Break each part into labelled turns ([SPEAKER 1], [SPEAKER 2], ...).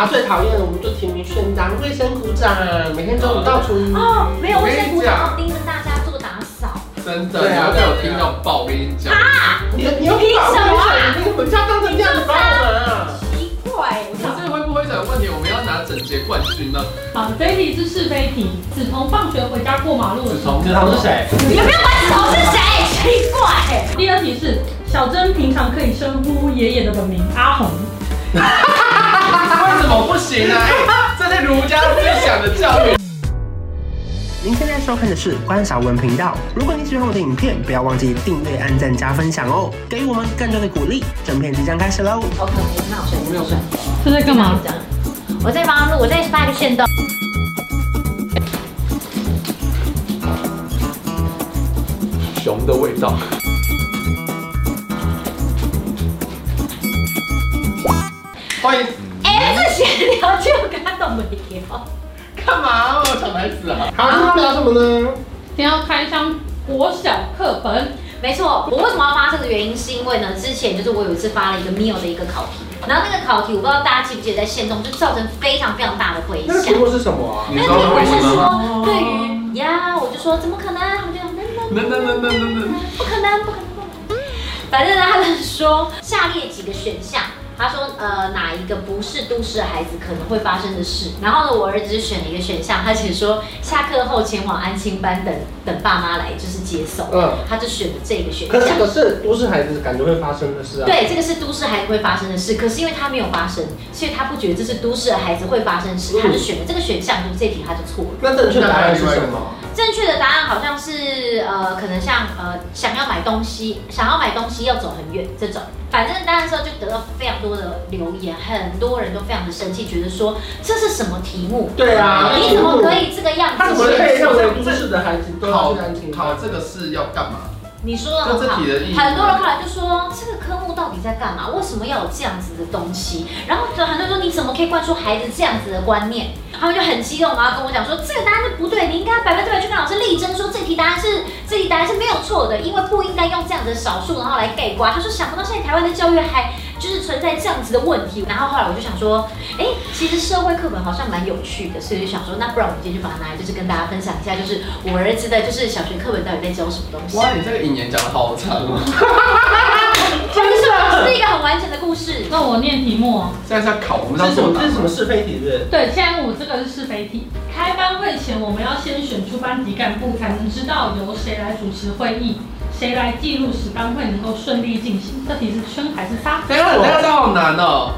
[SPEAKER 1] 啊，最讨厌的我们就提名炫章，卫生鼓掌，每天中午到处
[SPEAKER 2] 哦，没有卫生股长要盯着大家做打扫，
[SPEAKER 3] 真的，
[SPEAKER 1] 对
[SPEAKER 3] 你
[SPEAKER 1] 啊
[SPEAKER 3] 要被我听到爆，我跟你讲，
[SPEAKER 1] 你你又
[SPEAKER 2] 凭什么啊
[SPEAKER 1] 你怎么叫当成这样子把我们啊？
[SPEAKER 2] 奇怪，我
[SPEAKER 3] 我
[SPEAKER 2] 想
[SPEAKER 3] 这个会不会讲问题？我们要拿整节冠军呢？
[SPEAKER 4] 好，这一题是是非题。梓潼放学回家过马路的时
[SPEAKER 3] 从
[SPEAKER 4] 候。
[SPEAKER 1] 子彤是？谁？
[SPEAKER 2] 你有没有把手是谁？奇怪，
[SPEAKER 4] 第二题是小珍平常可以称呼爷爷的本名阿红。
[SPEAKER 3] 为什么不行啊？哎这是儒家思想的教育。
[SPEAKER 5] 您现在收看的是关少文频道。如果你喜欢我的影片，不要忘记订阅、按赞、加分享哦，给予我们更多的鼓励。整片即将开始喽！
[SPEAKER 2] 好可怜，那我睡
[SPEAKER 3] 我没有睡
[SPEAKER 4] 这在干嘛？
[SPEAKER 2] 我在帮他录，我在发一个线动。
[SPEAKER 3] 熊的味道。欢迎，
[SPEAKER 2] 哎、这闲聊就跟他都没聊。
[SPEAKER 3] 干嘛？我小白痴啊！
[SPEAKER 1] 好，那聊什么呢？
[SPEAKER 4] 今天要开箱国小课本。
[SPEAKER 2] 没错，我为什么要发这个原因，是因为呢，之前就是我有一次发了一个 Mio 的一个考题，然后那个考题我不知道大家记不记得，在线中就造成非常非常大的回
[SPEAKER 1] 那个
[SPEAKER 2] 响
[SPEAKER 1] 题。目是什么啊？
[SPEAKER 3] 你
[SPEAKER 2] 那
[SPEAKER 3] 知
[SPEAKER 2] 个
[SPEAKER 3] 道
[SPEAKER 2] 题目
[SPEAKER 3] 为什么
[SPEAKER 2] 是
[SPEAKER 3] 吗？
[SPEAKER 2] 说对于呀，我就说怎么可能？他们就
[SPEAKER 3] 那那那那那那，
[SPEAKER 2] 不可能，不可能，不可能。反正他们说下列几个选项，他说呃哪一个不是都市孩子可能会发生的事。然后呢，我儿子选了一个选项，他写说下课后前往安亲班等等爸妈来就是接送，
[SPEAKER 1] 嗯，
[SPEAKER 2] 他就选了这个选
[SPEAKER 1] 可是
[SPEAKER 2] 项
[SPEAKER 1] 这。个是都市孩子感觉会发生的事啊。
[SPEAKER 2] 对，这个是都市孩子会发生的事，可是因为他没有发生，所以他不觉得这是都市孩子会发生的事，他就选了这个选项，就是这题他就错了。
[SPEAKER 1] 那正确答案是什么？
[SPEAKER 2] 正确的答案好像是呃，可能像呃，想要买东西，想要买东西要走很远这种。反正当时候就得到非常多的留言，很多人都非常的生气，觉得说这是什么题目？
[SPEAKER 1] 对啊，
[SPEAKER 2] 你怎么可？以这个样
[SPEAKER 1] 他
[SPEAKER 2] 子
[SPEAKER 1] 怎么可以
[SPEAKER 2] 写
[SPEAKER 1] 认
[SPEAKER 2] 出？
[SPEAKER 1] 为都市的孩子都要
[SPEAKER 3] 考
[SPEAKER 1] 去安亲班
[SPEAKER 3] 考这个是要干嘛？
[SPEAKER 2] 你说的
[SPEAKER 3] 就
[SPEAKER 2] 很
[SPEAKER 3] 这
[SPEAKER 2] 好
[SPEAKER 3] 题。的意义。
[SPEAKER 2] 很多人后来就说这个科目到底在干嘛？为什么要有这样子的东西？然后就很多人说你怎么可以灌输孩子这样子的观念？他们就很激动，然后跟我讲说这个答案是不对，你应该百分之百去跟老师力争说这题答案是这题答案是没有错的，因为不应该用这样子的少数然后来盖瓜。他说想不到现在台湾的教育还就是存在这样子的问题。然后后来我就想说，哎，其实社会课本好像蛮有趣的，所以就想说那不然我们今天就把它拿来就是跟大家分享一下，就是我儿子的就是小学课本到底在教什么东西。
[SPEAKER 3] 哇，你这个引言讲的好长哦！
[SPEAKER 1] 真
[SPEAKER 2] 这
[SPEAKER 1] 的？
[SPEAKER 2] 是一个很完整的故事。
[SPEAKER 4] 那我念题目哦。
[SPEAKER 3] 现在是要考我们
[SPEAKER 1] 这
[SPEAKER 3] 要
[SPEAKER 1] 是什
[SPEAKER 3] 作
[SPEAKER 1] 么？
[SPEAKER 3] 答
[SPEAKER 1] 这是。什么是非题是
[SPEAKER 4] 对，现在我这个是是非题。开班会前，我们要先选出班级干部，才能知道由谁来主持会议，谁来记录使班会能够顺利进行。这题是圈还是叉？
[SPEAKER 3] 等一下，等一下，这好难哦。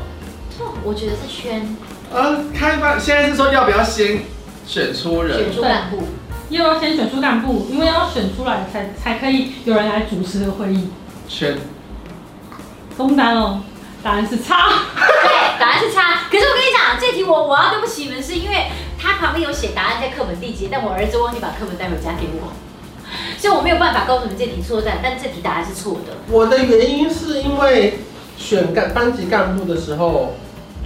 [SPEAKER 2] 哦我觉得是圈
[SPEAKER 3] 呃，开班现在是说要不要先选出人
[SPEAKER 2] 选？出干部，
[SPEAKER 4] 又要先选出干部，因为要选出来才才可以有人来主持这个会议。
[SPEAKER 3] 选
[SPEAKER 4] 公单哦，答案是叉。
[SPEAKER 2] 对，答案是叉。可是我跟你讲，这题我我要对不起你们，是因为他旁边有写答案在课本第几，但我儿子忘记把课本带回家给我，所以我没有办法告诉你们这题错在，但这题答案是错的。
[SPEAKER 1] 我的原因是因为选干班级干部的时候，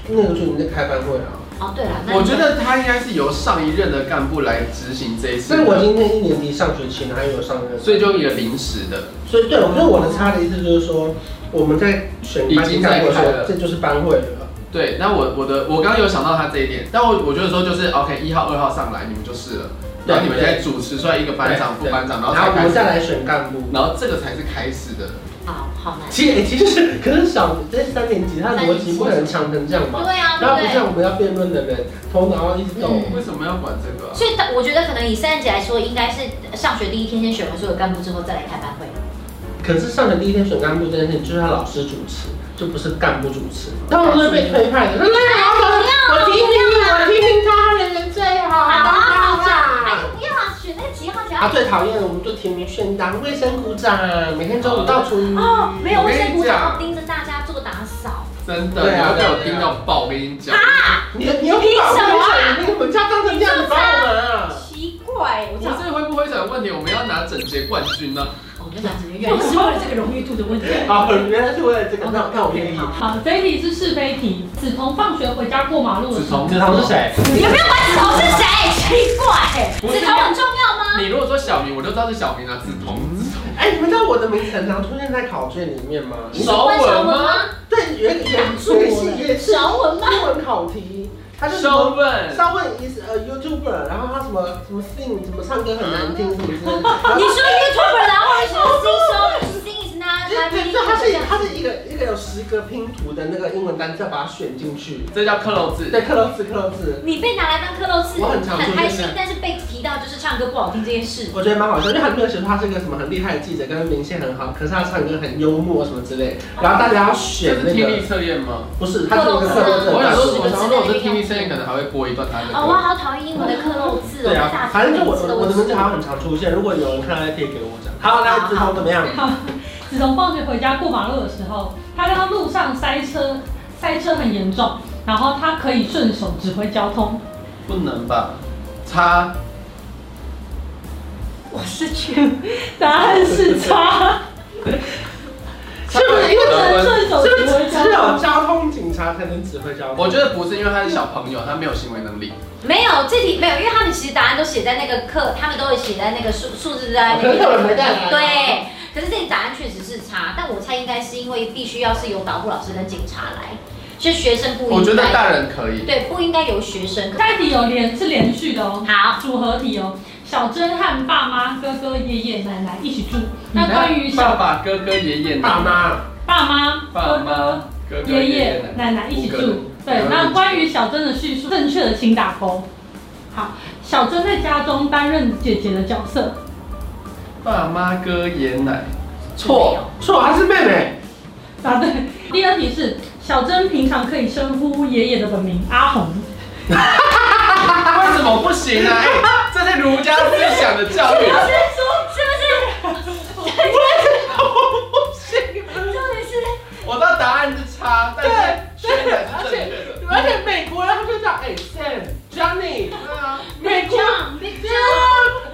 [SPEAKER 1] 那个时候你在开班会啊，
[SPEAKER 2] 哦，对了，那
[SPEAKER 3] 我觉得他应该是由上一任的干部来执行这一次，
[SPEAKER 1] 所以我今天一年级上学期哪有上那个，
[SPEAKER 3] 所以就也临时的。
[SPEAKER 1] 所以对，我觉得我的差的意思就是说，我们在选班级干部的时
[SPEAKER 3] 已经在
[SPEAKER 1] 候，
[SPEAKER 3] 开了
[SPEAKER 1] 这就是班会了。
[SPEAKER 3] 对，那我我的我刚刚有想到他这一点，但我我觉得说就是 OK，一号二号上来你们就是了，然后你们
[SPEAKER 1] 对
[SPEAKER 3] 再主持出来一个班长副
[SPEAKER 1] 对
[SPEAKER 3] 班长，然后
[SPEAKER 1] 然后我
[SPEAKER 3] 才开
[SPEAKER 1] 们
[SPEAKER 3] 始，
[SPEAKER 1] 再来选干部。
[SPEAKER 3] 然后这个才是开始的。
[SPEAKER 2] 好好难。
[SPEAKER 1] 其实、其实可是小这三年级，他的逻辑不能强成这样吧？
[SPEAKER 2] 对啊，
[SPEAKER 1] 然
[SPEAKER 2] 对
[SPEAKER 1] 后
[SPEAKER 2] 不
[SPEAKER 1] 不
[SPEAKER 2] 对？
[SPEAKER 1] 像我们要辩论的人，头脑要一直动。
[SPEAKER 2] 嗯
[SPEAKER 3] 为什么要管这个啊？
[SPEAKER 2] 所以我觉得可能以三年级来说，应该是上学第一天先选完所有干部之后再来开班会。
[SPEAKER 1] 可是上学第一天选干部这件事情，就是他老师主持，就不是干部主持。当然会被推派的，说来好，我我听听我听听他人人最好，
[SPEAKER 2] 好
[SPEAKER 1] 当
[SPEAKER 2] 好
[SPEAKER 1] 班
[SPEAKER 2] 好，
[SPEAKER 1] 长
[SPEAKER 2] 哎呀。不要啊，选那几号几号
[SPEAKER 1] 他最讨厌的，我们就提名宣当卫生股长，每天中午到处。
[SPEAKER 2] 哦，没有
[SPEAKER 3] 我
[SPEAKER 2] 卫
[SPEAKER 3] 跟
[SPEAKER 2] 生
[SPEAKER 3] 你
[SPEAKER 2] 股长
[SPEAKER 3] 讲
[SPEAKER 2] 要盯着大家做打扫，
[SPEAKER 3] 真的，
[SPEAKER 1] 对
[SPEAKER 3] 你
[SPEAKER 1] 啊
[SPEAKER 3] 要被
[SPEAKER 1] 对
[SPEAKER 3] 我
[SPEAKER 1] 啊
[SPEAKER 3] 听到爆，我跟你
[SPEAKER 2] 啊
[SPEAKER 3] 讲，
[SPEAKER 1] 你你又
[SPEAKER 2] 凭什么啊
[SPEAKER 1] 你怎么叫当成这样子把我们啊？
[SPEAKER 2] 奇怪，我
[SPEAKER 3] 我
[SPEAKER 2] 这样，
[SPEAKER 3] 这会不会讲问题？我们要拿整节冠军呢？
[SPEAKER 2] 我就想，原来是为了这个荣誉度的问题。
[SPEAKER 1] 好，哦原来是为了这个，那那我愿意。
[SPEAKER 4] 好，这一题是是非题。梓潼放学回家过马路的时候。
[SPEAKER 3] 子彤
[SPEAKER 1] 谁？
[SPEAKER 2] 你有没有把子彤是谁？奇怪，
[SPEAKER 3] 不
[SPEAKER 2] 子
[SPEAKER 3] 是
[SPEAKER 2] 彤很重要吗？啊，
[SPEAKER 3] 你如果说小明，我就知道是小明啊，自通自通。
[SPEAKER 1] 哎，你们知道我的名字很常出现在考卷里面吗？
[SPEAKER 2] 你是关小文吗？
[SPEAKER 1] 对，有一个有一个是 有一个是
[SPEAKER 2] 小文吗？
[SPEAKER 1] 英文考题，他就什
[SPEAKER 3] 稍
[SPEAKER 1] 么
[SPEAKER 3] 问，
[SPEAKER 1] 稍问 is a YouTuber，然后他什么什么 sing，怎么唱歌很难听，什么之类的。然后
[SPEAKER 2] 你说 YouTuber，然后什么吸收吸引他，
[SPEAKER 1] 就
[SPEAKER 2] 他
[SPEAKER 1] 对，就它是它是一个一个有十个拼图的那个英文单词，要把它选进去。
[SPEAKER 3] 这叫克漏字。
[SPEAKER 1] 对，克漏字克漏字，
[SPEAKER 2] 你被拿来当克漏字，
[SPEAKER 1] 我很常
[SPEAKER 2] 很开
[SPEAKER 1] 做
[SPEAKER 2] 心
[SPEAKER 1] 这，个
[SPEAKER 2] 但是被提到就是唱歌不好听这件事。
[SPEAKER 1] 我觉得蛮好笑，因为很多人写说他是一个什么很厉害的记者，跟明星很好，可是他唱歌很幽默什么之类，然后大家要选
[SPEAKER 3] 这
[SPEAKER 1] 那
[SPEAKER 3] 是听力
[SPEAKER 1] 个，
[SPEAKER 3] 测验吗？
[SPEAKER 1] 不是，他是一个克漏字
[SPEAKER 3] 我想
[SPEAKER 1] 的
[SPEAKER 3] 说，
[SPEAKER 1] 字。
[SPEAKER 3] 我想说，我是听力测验，可能还会播一段他的
[SPEAKER 2] 哦，我
[SPEAKER 3] 歌。
[SPEAKER 2] 好讨厌英文的克漏字哦，
[SPEAKER 1] 对啊，
[SPEAKER 2] 大
[SPEAKER 1] 反正就我
[SPEAKER 2] 字都
[SPEAKER 1] 我的名字好像很常出现，如果有人看到可以给我讲。好，那子彤怎么样？
[SPEAKER 4] 子彤放学回家过马路的时候，他看到路上塞车，塞车很严重，然后他可以顺手指挥交通。
[SPEAKER 3] 不能吧？擦，
[SPEAKER 4] 我是觉得答案是叉，
[SPEAKER 1] 是不是因为
[SPEAKER 4] 不能
[SPEAKER 3] 我
[SPEAKER 4] 顺手
[SPEAKER 1] 是
[SPEAKER 4] 指
[SPEAKER 1] 不是
[SPEAKER 4] 挥交
[SPEAKER 1] 只有
[SPEAKER 4] 通。
[SPEAKER 1] 交通警察才能指挥交通？
[SPEAKER 3] 我觉得不是，因为他是小朋友，他没有行为能力。
[SPEAKER 2] 没有，这题没有，因为他们其实答案都写在那个课，他们都有写在那个数数字在那
[SPEAKER 1] 可
[SPEAKER 2] 边。
[SPEAKER 1] 是有人没带来
[SPEAKER 2] 对，可是这题答案确实是差，但我猜应该是因为必须要是由导护老师跟警察来，所以学生不应该。
[SPEAKER 3] 我觉得大人可以。
[SPEAKER 2] 对不应该由学生。
[SPEAKER 4] 下一题有连是连续的哦，
[SPEAKER 2] 好，
[SPEAKER 4] 组合题哦。小珍和爸妈、哥哥、爷爷、奶奶一起住。那关于
[SPEAKER 3] 爸
[SPEAKER 4] 小
[SPEAKER 3] 爸、哥哥、爷爷、
[SPEAKER 1] 爸妈。
[SPEAKER 4] 爸妈、
[SPEAKER 3] 爸
[SPEAKER 4] 哥哥、
[SPEAKER 3] 妈、哥哥、
[SPEAKER 4] 爷
[SPEAKER 3] 爷爷
[SPEAKER 4] 爷、
[SPEAKER 3] 奶奶。
[SPEAKER 4] 奶奶一起
[SPEAKER 3] 五个人
[SPEAKER 4] 住。对，那关于小珍的叙述，正确的请打勾。好，小珍在家中担任姐姐的角色，
[SPEAKER 3] 爸妈、哥、爷奶。
[SPEAKER 2] 没有
[SPEAKER 3] 错，
[SPEAKER 1] 错，还是妹妹。
[SPEAKER 4] 答对。第二题是小珍平常可以称呼爷爷的本名阿红，
[SPEAKER 3] 为什么不行啊？哎这是儒家思想的教育。
[SPEAKER 2] 是不是？重点是
[SPEAKER 3] 我的答案是差，但是选的是正确的。
[SPEAKER 1] 而且美国人他就叫哎 Sam Johnny，美
[SPEAKER 3] 啊
[SPEAKER 1] 国
[SPEAKER 2] John Big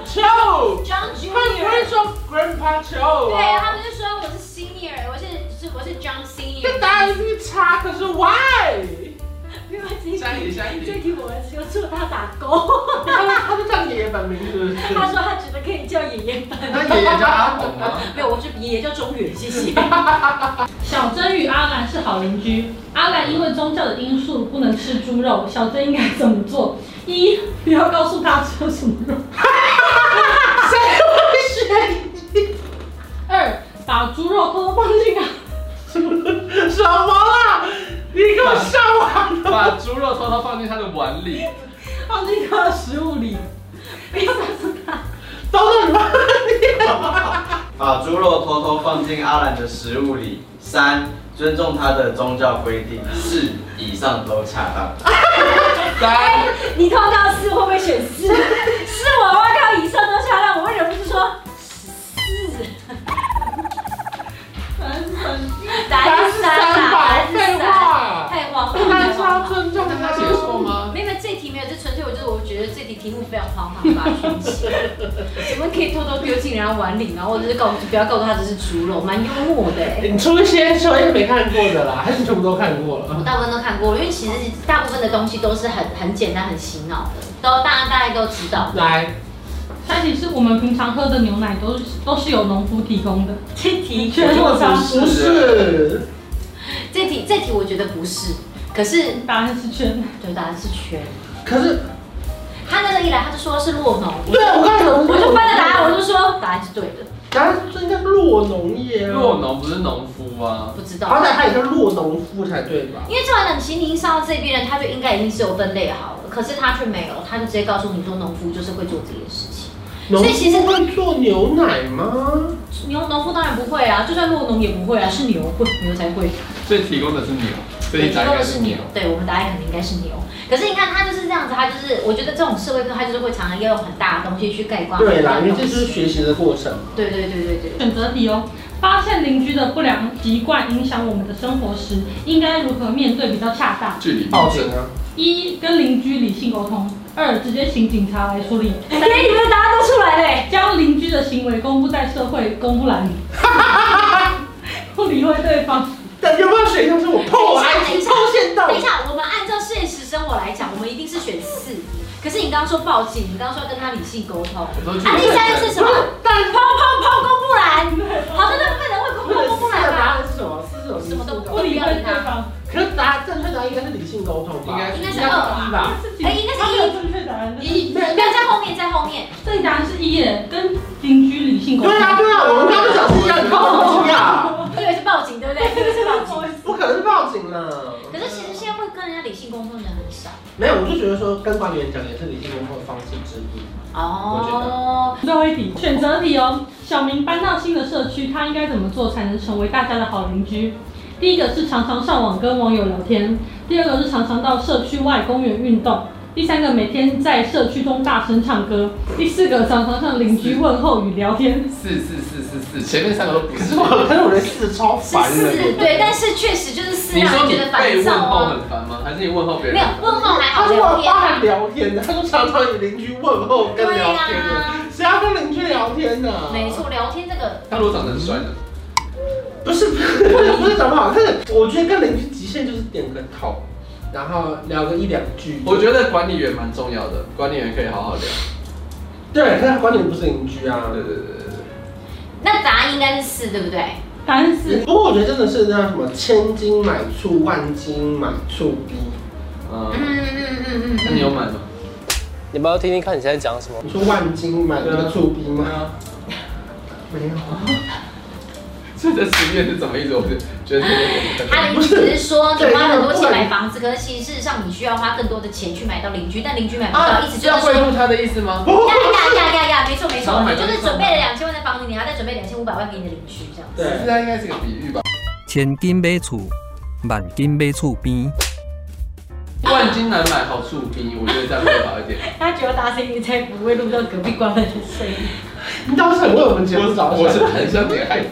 [SPEAKER 1] Joe，
[SPEAKER 2] John
[SPEAKER 1] 他们不会
[SPEAKER 2] Junior。哦
[SPEAKER 1] 说 Grandpa Joe
[SPEAKER 2] 对，他
[SPEAKER 1] 啊。
[SPEAKER 2] 们就说我是 Senior，我是是我是 John
[SPEAKER 1] 这 答
[SPEAKER 2] Senior。
[SPEAKER 1] 案是差，可是 why？
[SPEAKER 2] 另外这一
[SPEAKER 3] 下一题，下一
[SPEAKER 2] 这
[SPEAKER 3] 题。
[SPEAKER 2] 题我们有错，他打勾。
[SPEAKER 1] 他他就叫爷爷本名是不是？
[SPEAKER 2] 他说他觉得可以叫爷爷本。
[SPEAKER 3] 那爷爷叫阿红吗？
[SPEAKER 2] 没有，我是爷爷叫中原，谢谢。
[SPEAKER 4] 小珍与阿兰是好邻居。阿兰因为宗教的因素不能吃猪肉，小珍应该怎么做？一，不要告诉她吃什么肉。
[SPEAKER 1] 哎
[SPEAKER 4] 二，把猪肉偷偷放进啊。
[SPEAKER 1] 什么啦？你给我上网 了吗？
[SPEAKER 3] 把猪肉偷偷放进他的碗里。
[SPEAKER 4] 放进他的食物里，不要告诉他。
[SPEAKER 1] 等等你妈！
[SPEAKER 6] 把猪肉偷偷放进阿兰的食物里。三，尊重他的宗教规定。四，以上都恰当。
[SPEAKER 3] 三，
[SPEAKER 2] 你通告四会不会选四？是我我要告以上都下让我会忍不住说四。 答案是三啦，答案是
[SPEAKER 1] 废
[SPEAKER 2] 三，
[SPEAKER 1] 话。
[SPEAKER 2] 太荒 谬
[SPEAKER 1] 大家是
[SPEAKER 2] 了。
[SPEAKER 1] 要尊重
[SPEAKER 3] 跟他
[SPEAKER 1] 他
[SPEAKER 3] 结束吗？
[SPEAKER 2] 哦没有这题没有，这纯粹我就是我觉得这题题目非常荒唐，把它圈起来。我们可以偷偷丢进人家碗里吗？或者是告不要告诉他这是猪肉，蛮幽默的、欸。
[SPEAKER 1] 你出一些说哎没看过的啦，还是全部都看过
[SPEAKER 2] 我
[SPEAKER 1] 了？
[SPEAKER 2] 大部分都看过了，因为其实大部分的东西都是很很简单、很洗脑的，都大家大概都知道。
[SPEAKER 1] 来，
[SPEAKER 4] 下一题是我们平常喝的牛奶都是都是由农夫提供的，
[SPEAKER 2] 这 题
[SPEAKER 4] 确认答
[SPEAKER 1] 不是。
[SPEAKER 2] 这题这题我觉得不是，可是
[SPEAKER 4] 答案是圈。
[SPEAKER 2] 对答案是全。
[SPEAKER 1] 可是
[SPEAKER 2] 他那个一来他就说是落农，
[SPEAKER 1] 对啊，我刚才我
[SPEAKER 2] 我就翻了答案，我就说答案是对的，
[SPEAKER 1] 答案是应该落农业啊，
[SPEAKER 3] 弱农不是农夫啊。
[SPEAKER 2] 不知
[SPEAKER 1] 好
[SPEAKER 2] 道。
[SPEAKER 1] 歹他也叫落农夫才对吧？
[SPEAKER 2] 因为这碗冷其实您上到这边的，他就应该已经是有分类好了，可是他却没有，他就直接告诉你说农夫就是会做这件事情。
[SPEAKER 1] 农
[SPEAKER 2] 所以其实
[SPEAKER 1] 夫会做牛奶吗？
[SPEAKER 2] 牛农夫当然不会啊，就算落农也不会啊，是牛会牛才会。
[SPEAKER 3] 所以提供的是牛，所
[SPEAKER 2] 对，
[SPEAKER 3] 以
[SPEAKER 2] 提
[SPEAKER 3] 答
[SPEAKER 2] 供
[SPEAKER 3] 案
[SPEAKER 2] 的
[SPEAKER 3] 是
[SPEAKER 2] 是
[SPEAKER 3] 牛
[SPEAKER 2] 牛。，对我们答案肯定应该是牛。可是你看他就是这样子，他就是我觉得这种社会课，他就是会常常要用很大的东西去盖棺。
[SPEAKER 1] 对啦，因为这就是学习的过程。
[SPEAKER 2] 对对对对对。
[SPEAKER 4] 选择题哦，发现邻居的不良习惯影响我们的生活时，应该如何面对比较恰当？
[SPEAKER 3] 距离
[SPEAKER 1] 报警啊！
[SPEAKER 4] 一，跟邻居理性沟通；二，直接请警察来处理；
[SPEAKER 2] 哎，你们的答案都出来嘞！
[SPEAKER 4] 将 邻居的行为公布在社会，公布栏里，不理会对方。
[SPEAKER 1] 但要不要选一下？是我碰我 IG 超限动
[SPEAKER 2] 等一，下，我们按照现实生活来讲，我们一定是选四。可是你刚刚说报警，你刚刚说要跟他理性沟通，啊，
[SPEAKER 3] 我都去
[SPEAKER 2] 第三个是什么？砰砰砰公布栏，好的，那不能会公
[SPEAKER 1] 不能
[SPEAKER 2] 布
[SPEAKER 1] 四
[SPEAKER 2] 公布栏
[SPEAKER 1] 的答
[SPEAKER 2] 吧？
[SPEAKER 1] 案是什么？四是有
[SPEAKER 2] 什么都不
[SPEAKER 4] 不理会对方，
[SPEAKER 1] 可是答正确答案应该是理性沟通吧？
[SPEAKER 3] 应该是
[SPEAKER 2] 应该是
[SPEAKER 1] 应该
[SPEAKER 2] 二
[SPEAKER 1] 是
[SPEAKER 2] 吧
[SPEAKER 1] 一？吧？
[SPEAKER 4] 自己
[SPEAKER 2] 哎应该是
[SPEAKER 4] 他没有正确答案。
[SPEAKER 1] 一对
[SPEAKER 2] 对，在后面，在后面。
[SPEAKER 4] 这个答案是一耶，跟邻居理性沟通。
[SPEAKER 1] 对啊对啊，我们刚刚讲是一样，你靠什么去啊？
[SPEAKER 2] 我以为是报哦警，对不 对？以为是报警。
[SPEAKER 1] 不可能是报警了。
[SPEAKER 2] 可是其实现在会跟人家理性沟通的人很少。
[SPEAKER 1] 没有，我就觉得说跟管理员讲也是理性沟通的方式之一。
[SPEAKER 2] 哦，
[SPEAKER 4] 最后一题，选择题哦。小明搬到新的社区，他应该怎么做才能成为大家的好邻居？第一个是常常上网跟网友聊天，第二个是常常到社区外公园运动，第三个每天在社区中大声唱歌，第四个常常向邻居问候与聊天。
[SPEAKER 3] 四四四四四，前面三个都不
[SPEAKER 1] 可
[SPEAKER 3] 是
[SPEAKER 1] 是。我，可是我的四超
[SPEAKER 2] 是
[SPEAKER 1] 烦
[SPEAKER 2] 四
[SPEAKER 1] 人的。
[SPEAKER 2] 对，但是确实就是四
[SPEAKER 3] 你说
[SPEAKER 2] 让人
[SPEAKER 3] 你
[SPEAKER 2] 觉得
[SPEAKER 3] 被问
[SPEAKER 2] 烦躁
[SPEAKER 3] 候
[SPEAKER 2] 啊。
[SPEAKER 3] 很烦吗？还是你问候别人
[SPEAKER 2] 没有？问候还
[SPEAKER 1] 他
[SPEAKER 2] 好
[SPEAKER 1] 是
[SPEAKER 2] 聊
[SPEAKER 1] 我
[SPEAKER 2] 天
[SPEAKER 1] 包含
[SPEAKER 2] 啊。
[SPEAKER 1] 聊天的，他就常常与邻居问候跟聊天的，谁要跟邻居聊天呢？
[SPEAKER 2] 啊没错，聊天这个
[SPEAKER 3] 他如果长得很帅呢？
[SPEAKER 1] 不是 不是长得好看，我觉得跟邻居极限就是点个头，然后聊个一两句。
[SPEAKER 3] 我觉得管理员蛮重要的，管理员可以好好聊。
[SPEAKER 1] 对，但是管理员不是邻居啊。
[SPEAKER 3] 对对对对对。
[SPEAKER 2] 那答案应该是四，对不对？
[SPEAKER 4] 答案是
[SPEAKER 1] 不过我觉得真的是那什么千金买醋，万金买醋逼。
[SPEAKER 3] 嗯，
[SPEAKER 2] 嗯嗯嗯嗯
[SPEAKER 3] 那你有
[SPEAKER 2] 嗯。
[SPEAKER 3] 买吗？
[SPEAKER 7] 你们要听听看你现在讲什么？
[SPEAKER 1] 你说万金买那个醋逼吗？
[SPEAKER 3] 啊。
[SPEAKER 1] 没有啊。
[SPEAKER 3] 这个实验是怎么一直我就觉得
[SPEAKER 2] 他的意思只是说你花很多钱买房子，可是其实事实上你需要花更多的钱去买到邻居，但邻居买不到，意思就是说。
[SPEAKER 3] 他的意思吗？
[SPEAKER 2] 呀呀呀呀呀！没错没错，你就是准备了两千万的房子，你还要再准备两千五百万给你的邻居这样。
[SPEAKER 3] 其实
[SPEAKER 1] 对，
[SPEAKER 3] 他应该是个比喻吧。
[SPEAKER 8] 千金买厝，万金买厝边。
[SPEAKER 3] 万金难买好处比，我觉得这样会好一点。
[SPEAKER 2] 他觉得大声音才不会录到隔壁关门的声音。
[SPEAKER 1] 你倒是很为我们节目着
[SPEAKER 3] 我是
[SPEAKER 1] 想。
[SPEAKER 3] 很像女孩子，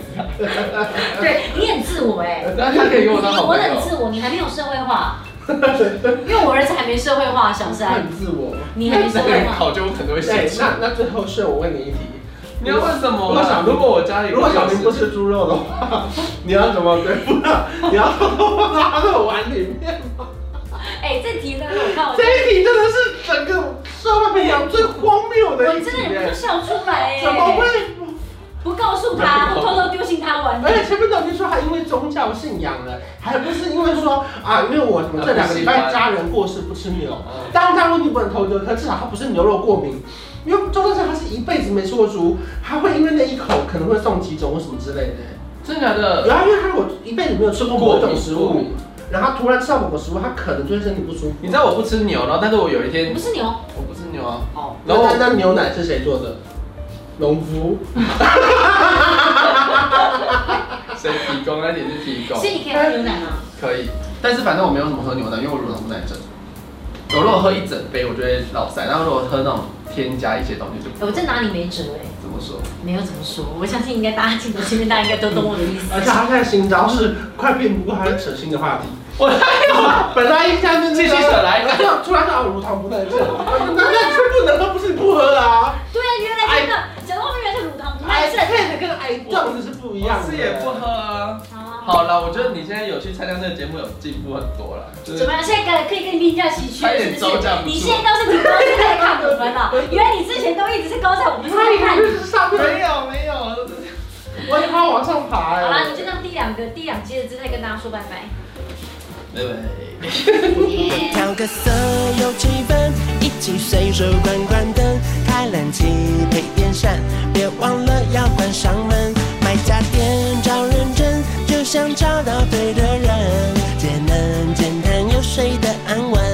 [SPEAKER 2] 对你很自 我 哎、
[SPEAKER 3] 但他可以
[SPEAKER 2] 你
[SPEAKER 3] 跟我当好
[SPEAKER 2] 我
[SPEAKER 3] 朋
[SPEAKER 2] 很
[SPEAKER 3] 友。
[SPEAKER 2] 自我，你还没有社会化， 因为我儿子还没社会化，小
[SPEAKER 3] 嗯
[SPEAKER 2] 三
[SPEAKER 1] 很，自我。
[SPEAKER 2] 你还没社
[SPEAKER 3] 那
[SPEAKER 2] 会
[SPEAKER 3] 个
[SPEAKER 2] 化。
[SPEAKER 3] 考究我可能会写
[SPEAKER 1] 对，
[SPEAKER 3] 错。
[SPEAKER 1] 那那最后是我问你一题。
[SPEAKER 3] 你要问什么
[SPEAKER 1] 如
[SPEAKER 3] 啊
[SPEAKER 1] 果小
[SPEAKER 3] 啦？
[SPEAKER 1] 明
[SPEAKER 3] 如果哎我家里
[SPEAKER 1] 如果小明不吃猪肉的话，你要怎么对付他？你要偷偷放到他的碗里面吗？
[SPEAKER 2] 哎、这题呢，我看我
[SPEAKER 1] 这一题真的是整个社会培养最荒谬
[SPEAKER 2] 我
[SPEAKER 1] 的一
[SPEAKER 2] 真的
[SPEAKER 1] 题
[SPEAKER 2] 忍不
[SPEAKER 1] 耶！
[SPEAKER 2] 住笑出来哎、
[SPEAKER 1] 怎么会？
[SPEAKER 2] 不告诉他，我偷偷丢进他碗里
[SPEAKER 1] 而。
[SPEAKER 3] 哎
[SPEAKER 1] 且前面都已经说他因为宗教信仰了，还不是因为说啊，因为我什么这两个礼拜家人过世不吃牛。
[SPEAKER 3] 哦
[SPEAKER 1] 当然，当然你不能偷丢，可至少他不是牛肉过敏。因为周先生他是一辈子没吃过猪，他会因为那一口可能会送急诊或什么之类的。
[SPEAKER 3] 真的假的？
[SPEAKER 1] 然啊后因为他如果一辈子没有吃过某
[SPEAKER 3] 过
[SPEAKER 1] 种
[SPEAKER 3] 敏
[SPEAKER 1] 食
[SPEAKER 3] 过
[SPEAKER 1] 物，
[SPEAKER 3] 敏。
[SPEAKER 1] 然后他突然吃到某个食物，他可能就会身体不舒服。
[SPEAKER 3] 你知道我不吃牛，然后但是我有一
[SPEAKER 2] 你
[SPEAKER 3] 天
[SPEAKER 2] 不是牛，
[SPEAKER 3] 我不吃牛啊，
[SPEAKER 2] 哦，
[SPEAKER 1] 那
[SPEAKER 3] 然后
[SPEAKER 1] 那那牛奶是谁做的？农夫。
[SPEAKER 3] 谁提供？那你是提供
[SPEAKER 2] 所以你可以喝牛奶吗？
[SPEAKER 3] 可以，但是反正我没有什么喝牛奶，因为我乳糖不耐症。我如果喝一整杯，我就会老塞；然后如果喝那种添加一些东西，就
[SPEAKER 2] 哎我真拿你没辙哎、
[SPEAKER 3] 怎么说？
[SPEAKER 2] 没有怎么说，我相信应该大家听我前面，大家应该都懂我的 意思。
[SPEAKER 1] 而且他现在新招是快变不过，还扯新的话题。
[SPEAKER 3] 我啊
[SPEAKER 1] 本来应该是
[SPEAKER 3] 继续扯来
[SPEAKER 1] 然后突然到乳糖不耐症，那那是不能喝，不是不喝啊。
[SPEAKER 2] 对啊，原来真的，讲到后面原来是乳糖不耐症。
[SPEAKER 1] 症跟癌症是不一样的。
[SPEAKER 3] 是也不喝啊。
[SPEAKER 2] 好，
[SPEAKER 3] 好了，我觉得你现在有去参加这个节目，有进步很多了。就是
[SPEAKER 2] 怎么样？现在可以跟你并驾齐驱，
[SPEAKER 3] 差
[SPEAKER 2] 是
[SPEAKER 3] 点
[SPEAKER 2] 不
[SPEAKER 3] 招架
[SPEAKER 2] 是？
[SPEAKER 3] 不住
[SPEAKER 2] 哎你现在倒是挺高兴在看我们 了，原来你之前都一直是高在我们身上看。
[SPEAKER 1] 就是上面，
[SPEAKER 3] 有没有，
[SPEAKER 1] 我也怕往上爬
[SPEAKER 2] 好啦，
[SPEAKER 1] 哎
[SPEAKER 2] 你。就当第两个、第两阶的姿态跟大家说拜拜。
[SPEAKER 3] 对对。
[SPEAKER 5] 调个色有气氛，一起随手关关灯，开冷气配电扇，别忘了要关上门。买家电找认真，就像找到对的人，简单简单又睡得安稳。